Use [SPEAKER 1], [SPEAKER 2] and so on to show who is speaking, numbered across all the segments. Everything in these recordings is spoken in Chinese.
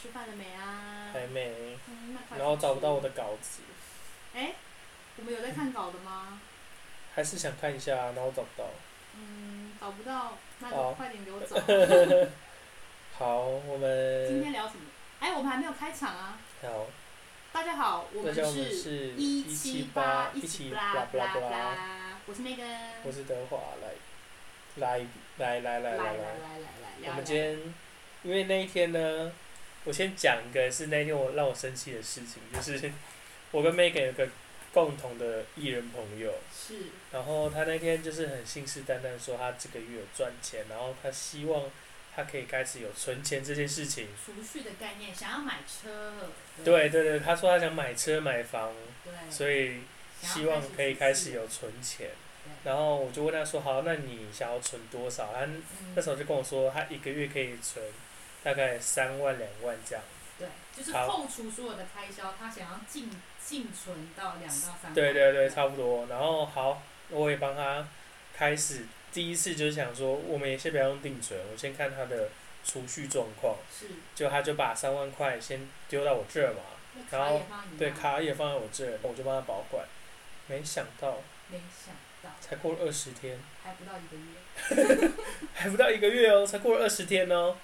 [SPEAKER 1] 吃饭了没啊？
[SPEAKER 2] 还没，
[SPEAKER 1] 嗯，那快
[SPEAKER 2] 然后
[SPEAKER 1] 去
[SPEAKER 2] 找不到我的稿子，
[SPEAKER 1] 哎，我们有在看稿的吗？
[SPEAKER 2] 还是想看一下，然后找不到。
[SPEAKER 1] 嗯，找不到，那
[SPEAKER 2] 好
[SPEAKER 1] 就快点给我走。
[SPEAKER 2] 好，我
[SPEAKER 1] 今
[SPEAKER 2] 们
[SPEAKER 1] 天聊什么？哎，我们还没有开场啊！
[SPEAKER 2] 好，
[SPEAKER 1] 大家好，我
[SPEAKER 2] 大家我们
[SPEAKER 1] 是
[SPEAKER 2] 是
[SPEAKER 1] 一
[SPEAKER 2] 七
[SPEAKER 1] 八
[SPEAKER 2] 一
[SPEAKER 1] 起
[SPEAKER 2] 起
[SPEAKER 1] 布
[SPEAKER 2] 拉
[SPEAKER 1] 拉
[SPEAKER 2] 布拉
[SPEAKER 1] 布
[SPEAKER 2] 布拉，
[SPEAKER 1] 拉，我是那个
[SPEAKER 2] 我是德华，来来来来来来
[SPEAKER 1] 来
[SPEAKER 2] 来，
[SPEAKER 1] 来来
[SPEAKER 2] 我
[SPEAKER 1] 聊
[SPEAKER 2] 们今
[SPEAKER 1] 聊。
[SPEAKER 2] 天因为那一天呢，我先讲一个是那天我让我生气的事情，就是我跟 Megan 有个共同的艺人朋友，
[SPEAKER 1] 是
[SPEAKER 2] 然后他那天就是很信誓旦旦说他这个月有赚钱，然后他希望他可以开始有存钱这件事情。
[SPEAKER 1] 储蓄的概念，想要买车。
[SPEAKER 2] 对对对，他说他想买车买房，
[SPEAKER 1] 对，
[SPEAKER 2] 所以希望可以开始有存钱。然后我就问他说：“好，那你想要存多少？”他
[SPEAKER 1] 嗯
[SPEAKER 2] 那时候就跟我说，他一个月可以存大概三万两万这样。
[SPEAKER 1] 对，就是
[SPEAKER 2] 好
[SPEAKER 1] 扣除所有的开销，他想要净净存到两到三万。
[SPEAKER 2] 对对对，差不多。然后好，我也帮他开始第一次就是想说，我们也先不要用定存，我先看他的储蓄状况。
[SPEAKER 1] 是，
[SPEAKER 2] 就他就把三万块先丢到我这儿嘛，
[SPEAKER 1] 那
[SPEAKER 2] 然
[SPEAKER 1] 卡
[SPEAKER 2] 后
[SPEAKER 1] 也放在你
[SPEAKER 2] 对，
[SPEAKER 1] 那
[SPEAKER 2] 卡也放在我这儿，我就帮他保管。没想到
[SPEAKER 1] 没想到
[SPEAKER 2] 才过了二十天，
[SPEAKER 1] 还不到一个月，
[SPEAKER 2] 还不到一个月哦，才过了二十天哦，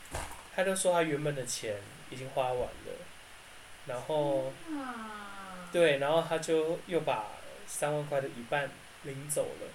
[SPEAKER 2] 他就说他原本的钱已经花完了，然后
[SPEAKER 1] 啊，
[SPEAKER 2] 对，然后他就又把三万块的一半领走了，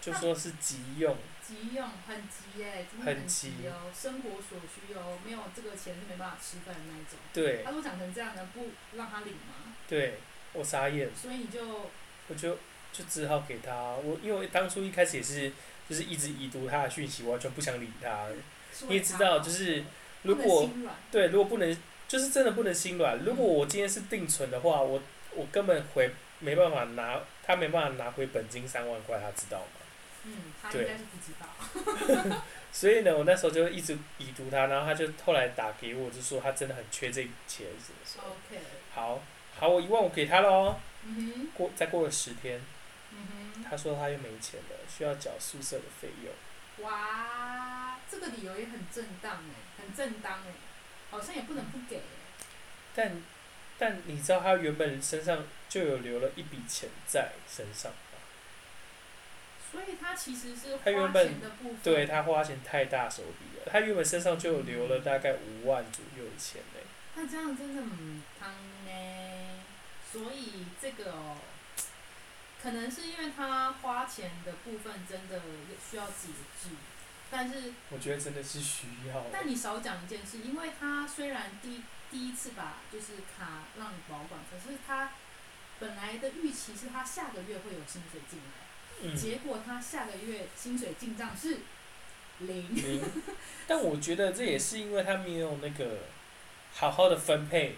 [SPEAKER 2] 就说是急用，
[SPEAKER 1] 急用很急耶、真的
[SPEAKER 2] 很
[SPEAKER 1] 很
[SPEAKER 2] 急
[SPEAKER 1] 急哦，生活所需哦，没有这个钱是没办法吃饭的那一种。
[SPEAKER 2] 对
[SPEAKER 1] 他都讲成这样的，不让他领吗？
[SPEAKER 2] 对，我傻眼，
[SPEAKER 1] 所以你就
[SPEAKER 2] 我就就只好给他，我因为当初一开始也是就是一直已读他的讯息，完全不想理他。
[SPEAKER 1] 是为
[SPEAKER 2] 你也
[SPEAKER 1] 他
[SPEAKER 2] 知道，
[SPEAKER 1] 好
[SPEAKER 2] 就是
[SPEAKER 1] 不
[SPEAKER 2] 如
[SPEAKER 1] 能
[SPEAKER 2] 果
[SPEAKER 1] 心软
[SPEAKER 2] 对，如果不能，就是真的不能心软。如果我今天是定存的话，我我根本回没办法拿，他没办法拿回本金三万块，他知道吗？
[SPEAKER 1] 嗯，他
[SPEAKER 2] 对
[SPEAKER 1] 应该是不知道，
[SPEAKER 2] 所以呢，我那时候就一直已读他，然后他就后来打给我，就说他真的很缺这钱，什么什么
[SPEAKER 1] OK，
[SPEAKER 2] 好，好，我一万我给他喽。
[SPEAKER 1] 嗯哼，
[SPEAKER 2] 过再过了十天，
[SPEAKER 1] 嗯
[SPEAKER 2] 他说他又没钱了，需要缴宿舍的费用。
[SPEAKER 1] 哼，哇，这个理由也很正当哎，很正当哎，好像也不能不给哎，
[SPEAKER 2] 但但你知道他原本身上就有留了一笔钱在身上吗？
[SPEAKER 1] 所以他其实是花
[SPEAKER 2] 他原本
[SPEAKER 1] 钱的部分，
[SPEAKER 2] 对他花钱太大手笔了，他原本身上就有留了大概五万左右的钱呢、
[SPEAKER 1] 那这样真的很汤呢，所以这个哦，可能是因为他花钱的部分真的需要节制，但是
[SPEAKER 2] 我觉得真的是需要欸。
[SPEAKER 1] 但你少讲一件事，因为他虽然第第一次把就是卡让你保管，可是他本来的预期是他下个月会有薪水进来，
[SPEAKER 2] 嗯，
[SPEAKER 1] 结果他下个月薪水进账是零，
[SPEAKER 2] 你但我觉得这也是因为他没有那个好好的分配。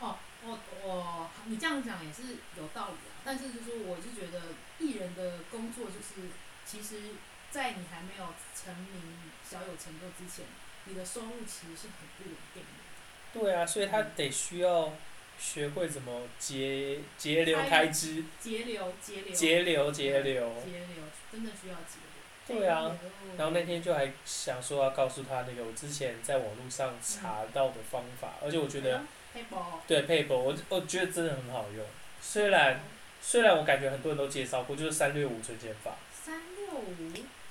[SPEAKER 1] 哦，我我你这样讲也是有道理啊，但是就是我就觉得艺人的工作就是，其实，在你还没有成名、小有成就之前，你的收入其实是很不稳定的。
[SPEAKER 2] 对啊，所以他得需要学会怎么节节流开支，
[SPEAKER 1] 节流，节流，
[SPEAKER 2] 节流节流。
[SPEAKER 1] 节流，真的需要节流。
[SPEAKER 2] 对啊
[SPEAKER 1] 节流，
[SPEAKER 2] 然后那天就还想说要告诉他那个我之前在网络上查到的方法，而且我觉得
[SPEAKER 1] 哎黑宝
[SPEAKER 2] 对配博，我我觉得真的很好用，虽然。虽然我感觉很多人都介绍过，就是三六五存钱法，
[SPEAKER 1] 三六五，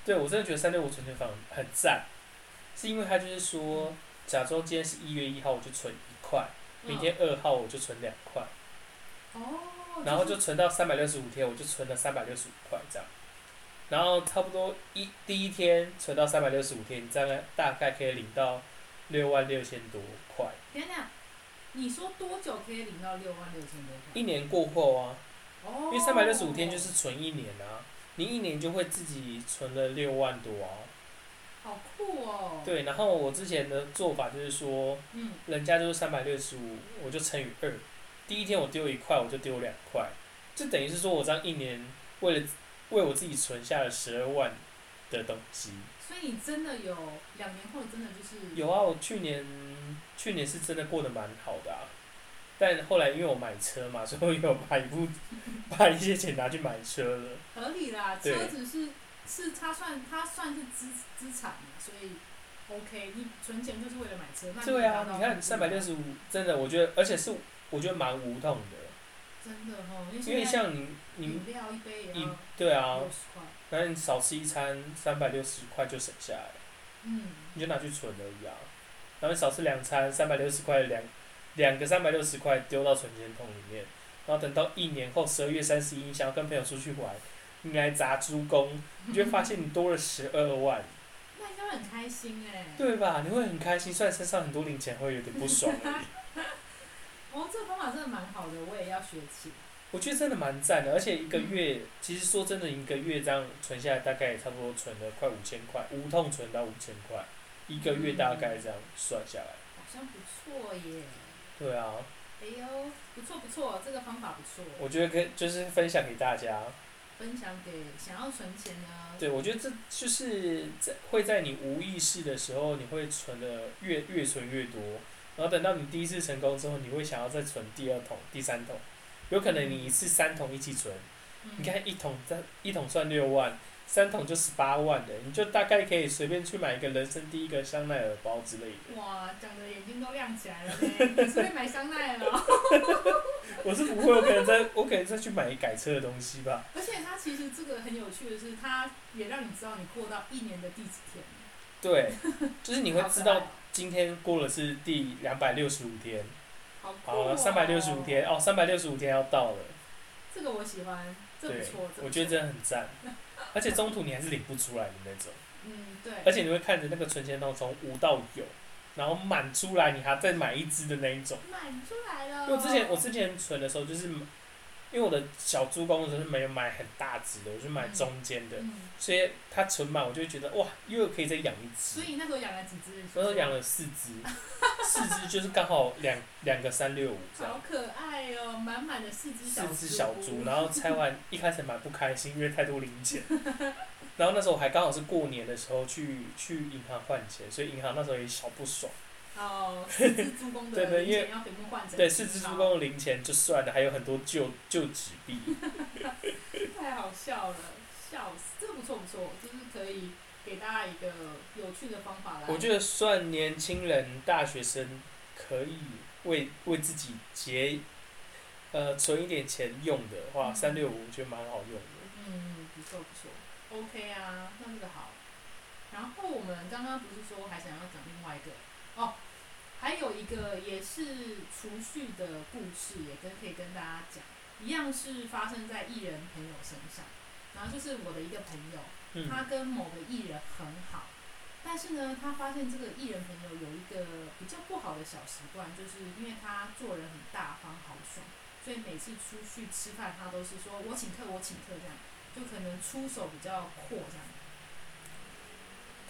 [SPEAKER 2] 对我真的觉得三六五存钱法很很赞，是因为它就是说，假装今天是一月一号，我就存一块，明天二号我就存两块，
[SPEAKER 1] 嗯哦，
[SPEAKER 2] 然后
[SPEAKER 1] 就
[SPEAKER 2] 就存到三百六十五天，我就存了三百六十五块这样，然后差不多一第一天存到三百六十五天，你大概大概可以领到六万六千多块，
[SPEAKER 1] 是等等，你说多久可以领到六万六千多块？
[SPEAKER 2] 一年过后啊，因
[SPEAKER 1] 哦，
[SPEAKER 2] 为三百六十五天就是存一年啊，你一年就会自己存了六万多啊。
[SPEAKER 1] 好酷哦。，
[SPEAKER 2] 对，然后我之前的做法就是说，
[SPEAKER 1] 嗯，
[SPEAKER 2] 人家就是三百六十五，我就乘以二，第一天我丢一块，我就丢两块，就等于是说我这样一年为了为我自己存下了十二万的东西。
[SPEAKER 1] 所以你真的有两年后真的就是
[SPEAKER 2] 有啊，我去年去年是真的过得蛮好的啊，但后来因为我买车嘛，所以我有把一部把一些钱拿去买车了。
[SPEAKER 1] 合理啦，
[SPEAKER 2] 对
[SPEAKER 1] 车子是是它算它算是资资产嘛，所以 OK，你存钱就是为了买车，那
[SPEAKER 2] 对
[SPEAKER 1] 也达
[SPEAKER 2] 啊，
[SPEAKER 1] 到
[SPEAKER 2] 你看
[SPEAKER 1] 目的
[SPEAKER 2] 三百六
[SPEAKER 1] 了
[SPEAKER 2] 十五，真的，我觉得，而且是我觉得蛮无痛的，
[SPEAKER 1] 真的哦，
[SPEAKER 2] 因为
[SPEAKER 1] 现在嗯
[SPEAKER 2] 像你你
[SPEAKER 1] 饮料一杯也
[SPEAKER 2] 一
[SPEAKER 1] 要
[SPEAKER 2] 对啊
[SPEAKER 1] 六，十块，
[SPEAKER 2] 反正你少吃一餐三百六十块就省下来，
[SPEAKER 1] 嗯，
[SPEAKER 2] 你就拿去存而已啊。然后你少吃两餐三百六十块两两个三百六十块丢到存钱桶里面，然后等到一年后十二月三十一，你想要跟朋友出去玩，你来砸猪工，你就会发现你多了十二万，
[SPEAKER 1] 那应该会很开心哎、
[SPEAKER 2] 对吧？你会很开心，虽然身上很多零钱会有点不爽而已。
[SPEAKER 1] 哦，这个方法真的蛮好的，我也要学起。
[SPEAKER 2] 我觉得真的蛮赞的，而且一个月，其实说真的，一个月这样存下来，大概也差不多存了快五千块，无痛存到五千块，一个月大概这样算下来。
[SPEAKER 1] 好像不错耶。
[SPEAKER 2] 对啊，
[SPEAKER 1] 哎呦，不错不错，这个方法不错，
[SPEAKER 2] 我觉得跟就是分享给大家。
[SPEAKER 1] 分享给想要存钱呢。
[SPEAKER 2] 对，我觉得这就是在会在你无意识的时候，你会存的越越存越多，然后等到你第一次成功之后，你会想要再存第二桶、第三桶，有可能你一次三桶一起存，
[SPEAKER 1] 嗯
[SPEAKER 2] 你看一桶在一桶算六万，三桶就十八万的，你就大概可以随便去买一个人生第一个香奈儿包之类的。
[SPEAKER 1] 哇，讲的眼睛都亮起来了呢，你是会买香奈儿哦。
[SPEAKER 2] 我是不会，我可能再我可能再去买改车的东西吧。
[SPEAKER 1] 而且它其实这个很有趣的是，它也让你知道你过到一年的第几天。
[SPEAKER 2] 对，就是你会
[SPEAKER 1] 好可
[SPEAKER 2] 知
[SPEAKER 1] 爱
[SPEAKER 2] 道
[SPEAKER 1] 哦
[SPEAKER 2] 今天过了是第两百六十五天，
[SPEAKER 1] 好酷、
[SPEAKER 2] 好
[SPEAKER 1] 哦，
[SPEAKER 2] 呃了，三百六十五，天哦，三百六十五天要到了。
[SPEAKER 1] 这个我喜欢，这
[SPEAKER 2] 对
[SPEAKER 1] 不错，这，
[SPEAKER 2] 我觉得
[SPEAKER 1] 这，
[SPEAKER 2] 真的很赞， 而且中途你还是领不出来的那种，
[SPEAKER 1] 嗯，对，
[SPEAKER 2] 而且你会看着那个存钱筒从无到有，然后满出来，你还再买一支的那一种。
[SPEAKER 1] 满出来了。
[SPEAKER 2] 因为我之前我之前存的时候，就是因为我的小猪公的时候是没有买很大只的，我就买中间的，
[SPEAKER 1] 嗯，
[SPEAKER 2] 所以它存满我就会觉得哇，又可以再养一只
[SPEAKER 1] 所。以那时候养了几只？
[SPEAKER 2] 那时候养了四只，四只就是刚好两两个三六五这
[SPEAKER 1] 好
[SPEAKER 2] 样，
[SPEAKER 1] 可爱哦，满满的四只
[SPEAKER 2] 四
[SPEAKER 1] 小
[SPEAKER 2] 只小 猪，然后拆完一开始蛮不开心，因为太多零钱。 然后那时候我还刚好是过年的时候去去银行换钱，所以银行那时候也小不 爽。
[SPEAKER 1] 哦，四只猪公的
[SPEAKER 2] 对对
[SPEAKER 1] 零
[SPEAKER 2] 因为
[SPEAKER 1] 钱要给梦幻整
[SPEAKER 2] 对，
[SPEAKER 1] 理
[SPEAKER 2] 四只猪
[SPEAKER 1] 好
[SPEAKER 2] 公的零钱就算了，还有很多旧旧纸币。
[SPEAKER 1] 太好笑了，笑死！这个不错不错，就是可以给大家一个有趣的方法来。
[SPEAKER 2] 我觉得算年轻人、大学生可以为为自己节，呃，存一点钱用的话，
[SPEAKER 1] 嗯
[SPEAKER 2] 三六五我觉得蛮好用的。
[SPEAKER 1] 嗯，不错不错，OK 啊，那这个好。然后我们刚刚不是说还想要讲另外一个哦，还有一个也是储蓄的故事，也跟可以跟大家讲，一样是发生在艺人朋友身上。然后就是我的一个朋友，
[SPEAKER 2] 嗯，
[SPEAKER 1] 他跟某个艺人很好，但是呢，他发现这个艺人朋友有一个比较不好的小习惯，就是因为他做人很大方豪爽，所以每次出去吃饭，他都是说我请客，我请客这样，就可能出手比较阔这样。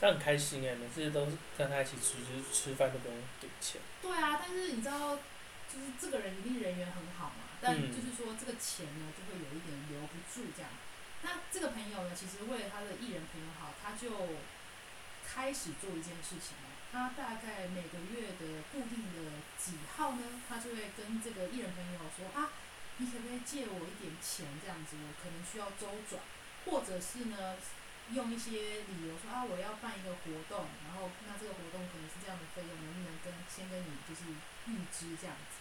[SPEAKER 2] 他很开心哎、每次都是跟他一起吃，就是吃饭都不用给钱。
[SPEAKER 1] 对啊，但是你知道，就是这个人一定人缘很好嘛，但就是说这个钱呢，就会有一点留不住这样。那这个朋友呢，其实为了他的艺人朋友好，他就开始做一件事情了。他大概每个月的固定的几号呢，他就会跟这个艺人朋友说啊，你可不可以借我一点钱这样子，我可能需要周转，或者是呢，用一些理由说啊，我要办一个活动，然后那这个活动可能是这样的费用，能不能跟先跟你就是预支这样子？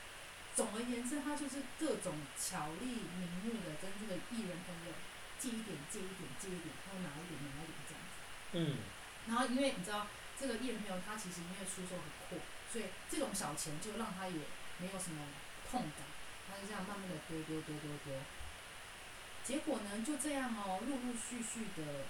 [SPEAKER 1] 总而言之，他就是各种巧立名目的跟这个艺人朋友借一点、借一点、借一点，然后拿一点、拿一点这样子。
[SPEAKER 2] 嗯，
[SPEAKER 1] 然后因为你知道这个艺人朋友他其实因为出手很阔，所以这种小钱就让他也没有什么痛感，他就这样慢慢的丢丢丢丢丢。结果呢，就这样哦，陆陆续续的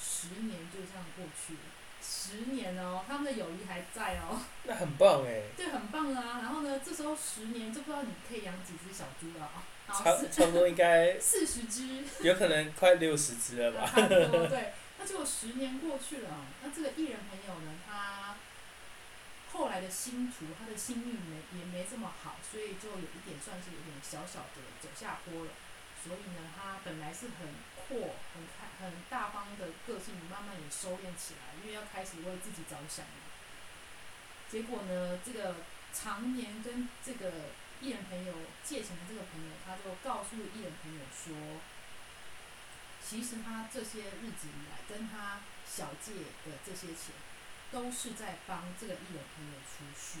[SPEAKER 1] 十年就这样过去了，十年哦，他们的友谊还在哦，
[SPEAKER 2] 那很棒哎、
[SPEAKER 1] 对，很棒啊。然后呢，这时候十年就不知道你可以养几只小猪了啊、然
[SPEAKER 2] 差
[SPEAKER 1] 后
[SPEAKER 2] 差不多应该
[SPEAKER 1] 四四十只。
[SPEAKER 2] 有可能快六十只了吧。
[SPEAKER 1] 差不多对。那结果十年过去了哦，那这个艺人朋友呢，他后来的星途，他的幸运没也没这么好，所以就有一点算是有点小小的走下坡了。所以呢，他本来是很阔、很开、很大方的个性，慢慢也收敛起来，因为要开始为自己着想了。结果呢，这个常年跟这个艺人朋友借钱的这个朋友，他就告诉艺人朋友说，其实他这些日子以来跟他小借的这些钱，都是在帮这个艺人朋友储蓄。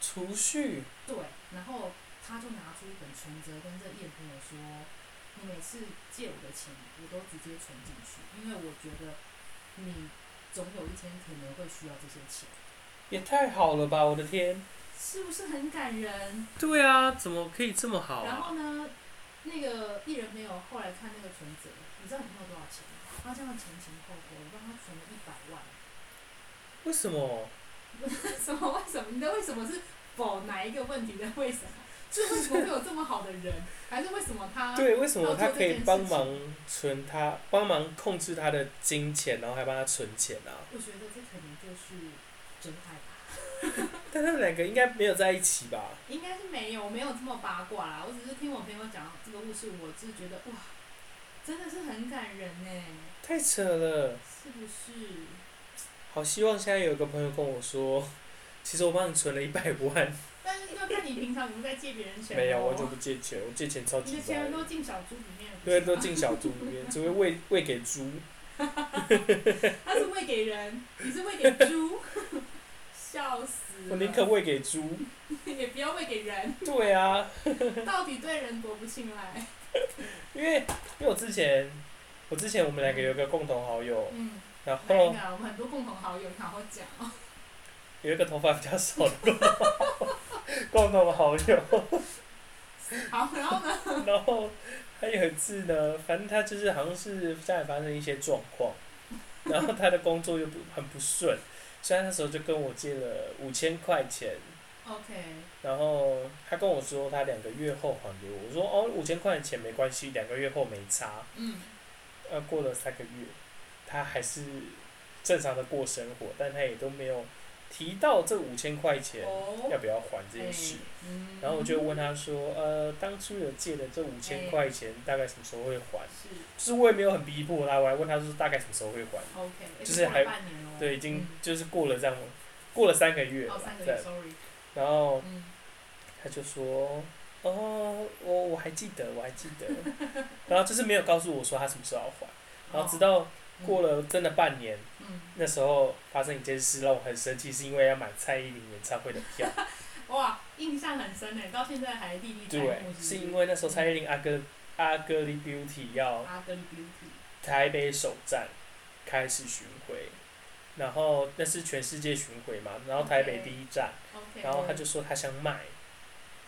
[SPEAKER 2] 储蓄，
[SPEAKER 1] 对，然后他就拿出一本存折，跟这个艺人朋友说：“你每次借我的钱，我都直接存进去，因为我觉得你总有一天可能会需要这些钱，
[SPEAKER 2] 也太好了吧！我的天，
[SPEAKER 1] 是不是很感人？”
[SPEAKER 2] 对啊，怎么可以这么好
[SPEAKER 1] 然
[SPEAKER 2] 啊？
[SPEAKER 1] 后呢，那个艺人朋友后来看那个存折，你知道里面有多少钱吗？他这样前前后后，我帮他存了一百万。
[SPEAKER 2] 为什么？
[SPEAKER 1] 什么？为什么？你的为什么是否哪一个问题的为什么？就是为什么会有这么好的人？ 还是为什么他？
[SPEAKER 2] 对，为什么
[SPEAKER 1] 啊要做
[SPEAKER 2] 他
[SPEAKER 1] 这
[SPEAKER 2] 可以
[SPEAKER 1] 件事
[SPEAKER 2] 帮
[SPEAKER 1] 情
[SPEAKER 2] 忙存他，帮忙控制他的金钱，然后还帮他存钱啊？
[SPEAKER 1] 我觉得这可能就是真爱吧，
[SPEAKER 2] 但他们两个应该没有在一起吧？
[SPEAKER 1] 应该是没有，我没有这么八卦啦。我只是听我朋友讲这个故事，我是觉得哇，真的是很感人呢，
[SPEAKER 2] 太扯了！
[SPEAKER 1] 是不是？
[SPEAKER 2] 好希望现在有一个朋友跟我说，其实我帮你存了一百万，
[SPEAKER 1] 但是要看你平常有没有在借别人钱、哦。
[SPEAKER 2] 没有，我就不借钱，我借钱超
[SPEAKER 1] 你
[SPEAKER 2] 级
[SPEAKER 1] 的钱
[SPEAKER 2] 乖
[SPEAKER 1] 人，都进小猪里面了，不
[SPEAKER 2] 对，
[SPEAKER 1] 是
[SPEAKER 2] 都
[SPEAKER 1] 吗
[SPEAKER 2] 进小猪里面，只会喂喂给猪。
[SPEAKER 1] 他是喂给人，你是喂给猪，, 笑死了！
[SPEAKER 2] 我宁可喂给猪。
[SPEAKER 1] 也不要喂给人，
[SPEAKER 2] 对啊，
[SPEAKER 1] 到底对人多不信赖？
[SPEAKER 2] 因为因为我之前，我之前我们两个有一个共同好友，
[SPEAKER 1] 嗯，
[SPEAKER 2] 然
[SPEAKER 1] 哪一
[SPEAKER 2] 后
[SPEAKER 1] 个啊？我们很多共同好友，你好好 讲哦。
[SPEAKER 2] 有一个头发比较少的共同共同好友，
[SPEAKER 1] 好，然后呢？
[SPEAKER 2] 然后他有一次呢，反正他就是好像是家里发生一些状况，然后他的工作又不很不顺，所以他那时候就跟我借了五千块钱，
[SPEAKER 1] OK，
[SPEAKER 2] 然后他跟我说他两个月后还给我，我说哦五千块的钱没关系，两个月后没差。
[SPEAKER 1] 嗯，
[SPEAKER 2] 呃，过了三个月，他还是正常的过生活，但他也都没有提到这五千块钱
[SPEAKER 1] 哦，
[SPEAKER 2] 要不要还这件事。
[SPEAKER 1] 哎嗯
[SPEAKER 2] 然后我就问他说，呃，当初有借的这五千
[SPEAKER 1] 哎
[SPEAKER 2] 块钱大概什么时候会还？
[SPEAKER 1] 是
[SPEAKER 2] 就是我也没有很逼迫他，我还问他说大概什么时候会还。
[SPEAKER 1] OK，哎
[SPEAKER 2] 就是
[SPEAKER 1] 这过了
[SPEAKER 2] 还
[SPEAKER 1] 半年了哦，
[SPEAKER 2] 对，已经就是过了这样，过了三个月
[SPEAKER 1] 嗯
[SPEAKER 2] 了
[SPEAKER 1] 哦
[SPEAKER 2] 吧
[SPEAKER 1] 三个，
[SPEAKER 2] 对
[SPEAKER 1] 月。，sorry，
[SPEAKER 2] 然后
[SPEAKER 1] 嗯，
[SPEAKER 2] 他就说，哦，我我还记得，我还记 得。然后就是没有告诉我说他什么时候要还，然后直到
[SPEAKER 1] 哦
[SPEAKER 2] 过
[SPEAKER 1] 了，
[SPEAKER 2] 了真的半年。
[SPEAKER 1] 嗯，
[SPEAKER 2] 那时候发生一件事让我很生气，是因为要买蔡依林演唱会的 票。
[SPEAKER 1] 嗯哇，印象很深哎诶，到现在还历历在
[SPEAKER 2] 对
[SPEAKER 1] 目，，
[SPEAKER 2] 是因
[SPEAKER 1] 因
[SPEAKER 2] 为那时候蔡依林阿哥阿哥的 Beauty 要
[SPEAKER 1] 阿哥的 Beauty，
[SPEAKER 2] 台北首站开始巡回，然后那是全世界巡回嘛，然后台北
[SPEAKER 1] OK
[SPEAKER 2] 第一站
[SPEAKER 1] OK，
[SPEAKER 2] 然后他就说他想买，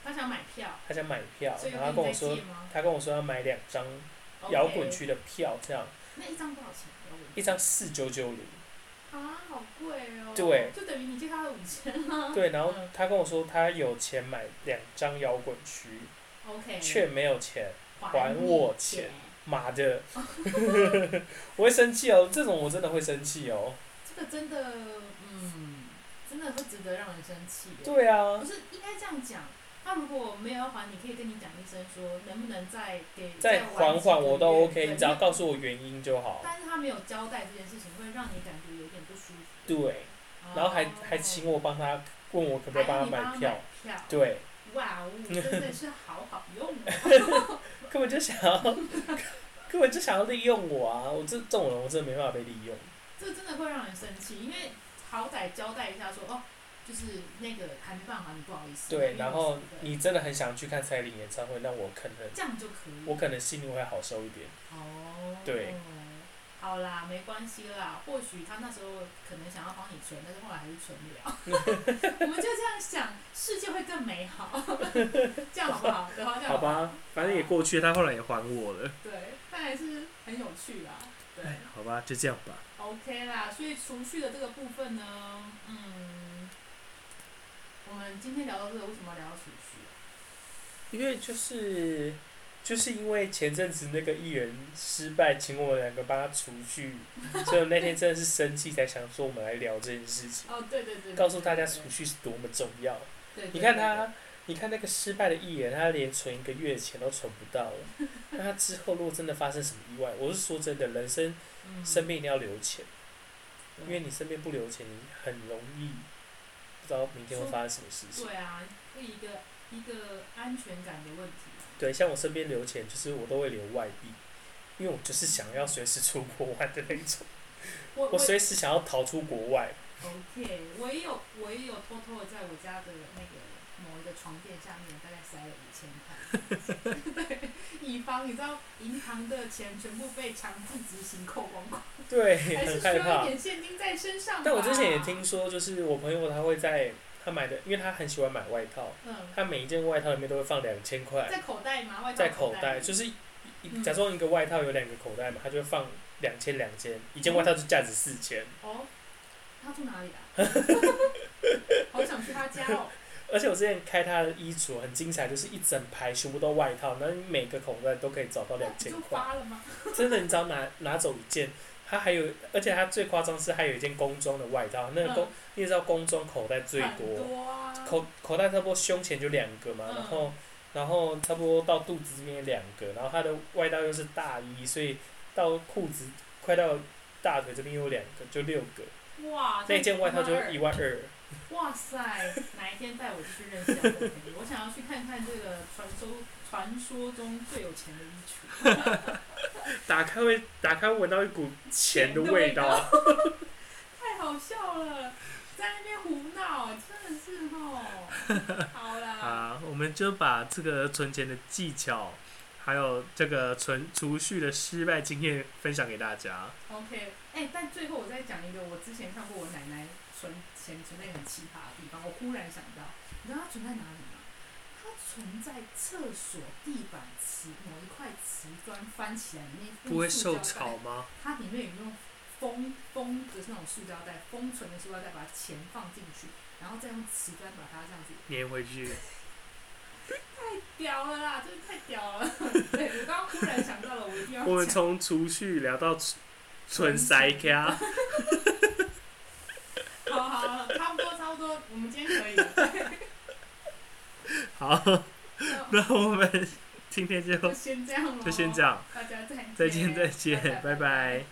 [SPEAKER 1] 他想买票，
[SPEAKER 2] 他想买票，
[SPEAKER 1] 所以
[SPEAKER 2] 然
[SPEAKER 1] 有
[SPEAKER 2] 后他
[SPEAKER 1] 跟
[SPEAKER 2] 跟
[SPEAKER 1] 你
[SPEAKER 2] 我
[SPEAKER 1] 在
[SPEAKER 2] 说
[SPEAKER 1] 借吗？
[SPEAKER 2] 他跟我说要买两张摇滚区的票，这样
[SPEAKER 1] OK，那一张多少钱？摇滚
[SPEAKER 2] 一张四九九零，
[SPEAKER 1] 啊，好贵哦！
[SPEAKER 2] 对
[SPEAKER 1] 就等于你借他的五千啦。
[SPEAKER 2] 对，然后
[SPEAKER 1] 嗯
[SPEAKER 2] 他跟我说他有钱买两张摇滚区，
[SPEAKER 1] ，OK，
[SPEAKER 2] 却没有钱还
[SPEAKER 1] 还
[SPEAKER 2] 我钱。妈的，我会生气哦，这种我真的会生气哦。
[SPEAKER 1] 这个真的，嗯，真的会值得让人生气耶。
[SPEAKER 2] 对啊
[SPEAKER 1] 不，是应该这样讲，他如果没有要还，你可以跟你讲一声，说能不能再给
[SPEAKER 2] 再
[SPEAKER 1] 晚
[SPEAKER 2] 缓
[SPEAKER 1] 几
[SPEAKER 2] 缓
[SPEAKER 1] 个
[SPEAKER 2] 我都
[SPEAKER 1] 月
[SPEAKER 2] OK，
[SPEAKER 1] 对
[SPEAKER 2] 你只要
[SPEAKER 1] 因为
[SPEAKER 2] 告诉我原因就好。
[SPEAKER 1] 但是他没有交代这件事情，会让你感觉有点不舒服。
[SPEAKER 2] 对，然后还
[SPEAKER 1] 哦
[SPEAKER 2] 还请我帮他，问我可不可以
[SPEAKER 1] 还
[SPEAKER 2] 帮
[SPEAKER 1] 要
[SPEAKER 2] 他
[SPEAKER 1] 你
[SPEAKER 2] 买票。
[SPEAKER 1] 票。
[SPEAKER 2] 对，
[SPEAKER 1] 哇哦，真的是好好用哦。
[SPEAKER 2] 根本就想要， 根本就想要利用我啊！我这这种人我真的没办法被利用。
[SPEAKER 1] 这真的会让人生气，因为好歹交代一下说哦，就是那个还没办法，你不好意思。
[SPEAKER 2] 对，然后
[SPEAKER 1] 你
[SPEAKER 2] 你真的很想去看蔡依林演唱会，那我可能
[SPEAKER 1] 这样就可以。
[SPEAKER 2] 我可能心里会好受一点。
[SPEAKER 1] 哦，
[SPEAKER 2] 对，
[SPEAKER 1] 好啦，没关系啦。或许他那时候可能想要帮你存，但是后来还是存不了。我们就这样想，世界会更美好，这样好不好？对啊吧？这
[SPEAKER 2] 好
[SPEAKER 1] 样好不好
[SPEAKER 2] 吧，反正也过去，他后来也还我了。
[SPEAKER 1] 对，但还是很有趣啦。对。
[SPEAKER 2] 哎，好吧，就这样吧。
[SPEAKER 1] OK 啦，所以储蓄的这个部分呢，嗯，我们今天聊到这个，为什么要聊到储蓄啊？
[SPEAKER 2] 因为就是就是因为前阵子那个艺人失败，请我们两个帮他除去，所以我那天真的是生气，才想说我们来聊这件事情，
[SPEAKER 1] 哦，对对对，对
[SPEAKER 2] 告诉大家储蓄是多么重要。
[SPEAKER 1] 对对对
[SPEAKER 2] 你看他，你看那个失败的艺人，他连存一个月的钱都存不到了，那他之后如果真的发生什么意外，我是说真的，人生
[SPEAKER 1] 嗯
[SPEAKER 2] 身边一定要留钱，
[SPEAKER 1] 对
[SPEAKER 2] 因为你身边不留钱，你很容易不知道明天会发生什么事情。
[SPEAKER 1] 对啊，是一个一个安全感的问题啊。
[SPEAKER 2] 对，像我身边留钱，就是我都会留外币，因为我就是想要随时出国玩的那一种。
[SPEAKER 1] 我
[SPEAKER 2] 我
[SPEAKER 1] 我
[SPEAKER 2] 随时想要逃出国外。
[SPEAKER 1] OK，我也有我也有偷偷的在我家的那个某一个床垫下面大概塞了五千块， 对，以防你知道银行的钱全部被强制执行扣光光，
[SPEAKER 2] 对，
[SPEAKER 1] 还是
[SPEAKER 2] 很
[SPEAKER 1] 需
[SPEAKER 2] 害
[SPEAKER 1] 要
[SPEAKER 2] 怕
[SPEAKER 1] 一。点现金在身上吧。
[SPEAKER 2] 但我之前也听说，就是我朋友他会在他买的，因为他很喜欢买外套，
[SPEAKER 1] 嗯，
[SPEAKER 2] 他每一件外套里面都会放两千块
[SPEAKER 1] 在口袋吗？外套
[SPEAKER 2] 在口
[SPEAKER 1] 袋
[SPEAKER 2] 袋，
[SPEAKER 1] 里，
[SPEAKER 2] 就是一一
[SPEAKER 1] 嗯
[SPEAKER 2] 假装一个外套有两个口袋嘛，他就会放两千两千，一件外
[SPEAKER 1] 嗯
[SPEAKER 2] 套就价值四千。
[SPEAKER 1] 哦，他 住哪里啊？好想去他家哦。
[SPEAKER 2] 而且我之前开他的衣橱很精彩，就是一整排全部都外套，那你每个口袋都可以找到
[SPEAKER 1] 那
[SPEAKER 2] 两
[SPEAKER 1] 不
[SPEAKER 2] 千
[SPEAKER 1] 就
[SPEAKER 2] 块，
[SPEAKER 1] 发了吗？
[SPEAKER 2] 真的，你只要拿拿走一件，他还有，而且他最夸张是还有一件工装的外套，那个工、你也知道工装口袋最
[SPEAKER 1] 嗯很
[SPEAKER 2] 多，
[SPEAKER 1] 多啊。
[SPEAKER 2] 口口袋差不多胸前就两个嘛，
[SPEAKER 1] 嗯
[SPEAKER 2] 然后然后差不多到肚子这边也两个，然后它的外套又是大衣，所以到裤子快到大腿这边有两个，就六个。
[SPEAKER 1] 哦哇，
[SPEAKER 2] 那件外套就
[SPEAKER 1] 这么
[SPEAKER 2] 一万 二，
[SPEAKER 1] 哇塞，哪一天带我去认识小朋友？我想要去看看这个传说传说中最有钱的衣橱。
[SPEAKER 2] 打开会打开闻到一股 钱的味道，
[SPEAKER 1] 太好笑了，在那边胡闹，真的是哦。好啦，
[SPEAKER 2] 啊！我们就把这个存钱的技巧，还有这个存储蓄的失败经验分享给大家。
[SPEAKER 1] OK，哎、但最后我再讲一个我之前看过我奶奶存钱存在很奇葩的地方，我忽然想到，你知道她存在哪里吗？她存在厕所地板瓷某一块瓷砖翻起来，里面用
[SPEAKER 2] 不会受
[SPEAKER 1] 塑胶袋
[SPEAKER 2] 潮吗？
[SPEAKER 1] 它里面有用封封的那种塑胶袋，封存的塑胶袋把钱放进去，然后再用瓷砖把它这样子，
[SPEAKER 2] 粘回 去，
[SPEAKER 1] 屌了啦，真的太屌了！ 对我刚刚忽然想到了，我一定要
[SPEAKER 2] 我们
[SPEAKER 1] 讲。
[SPEAKER 2] 从储蓄聊到存存塞卡。
[SPEAKER 1] 好好好，差不多差不多，我们今天可以了。
[SPEAKER 2] 好， 那我们今天就
[SPEAKER 1] 那就先这样了，
[SPEAKER 2] 就先这，样，
[SPEAKER 1] 大家再见，
[SPEAKER 2] 再见再见，拜拜。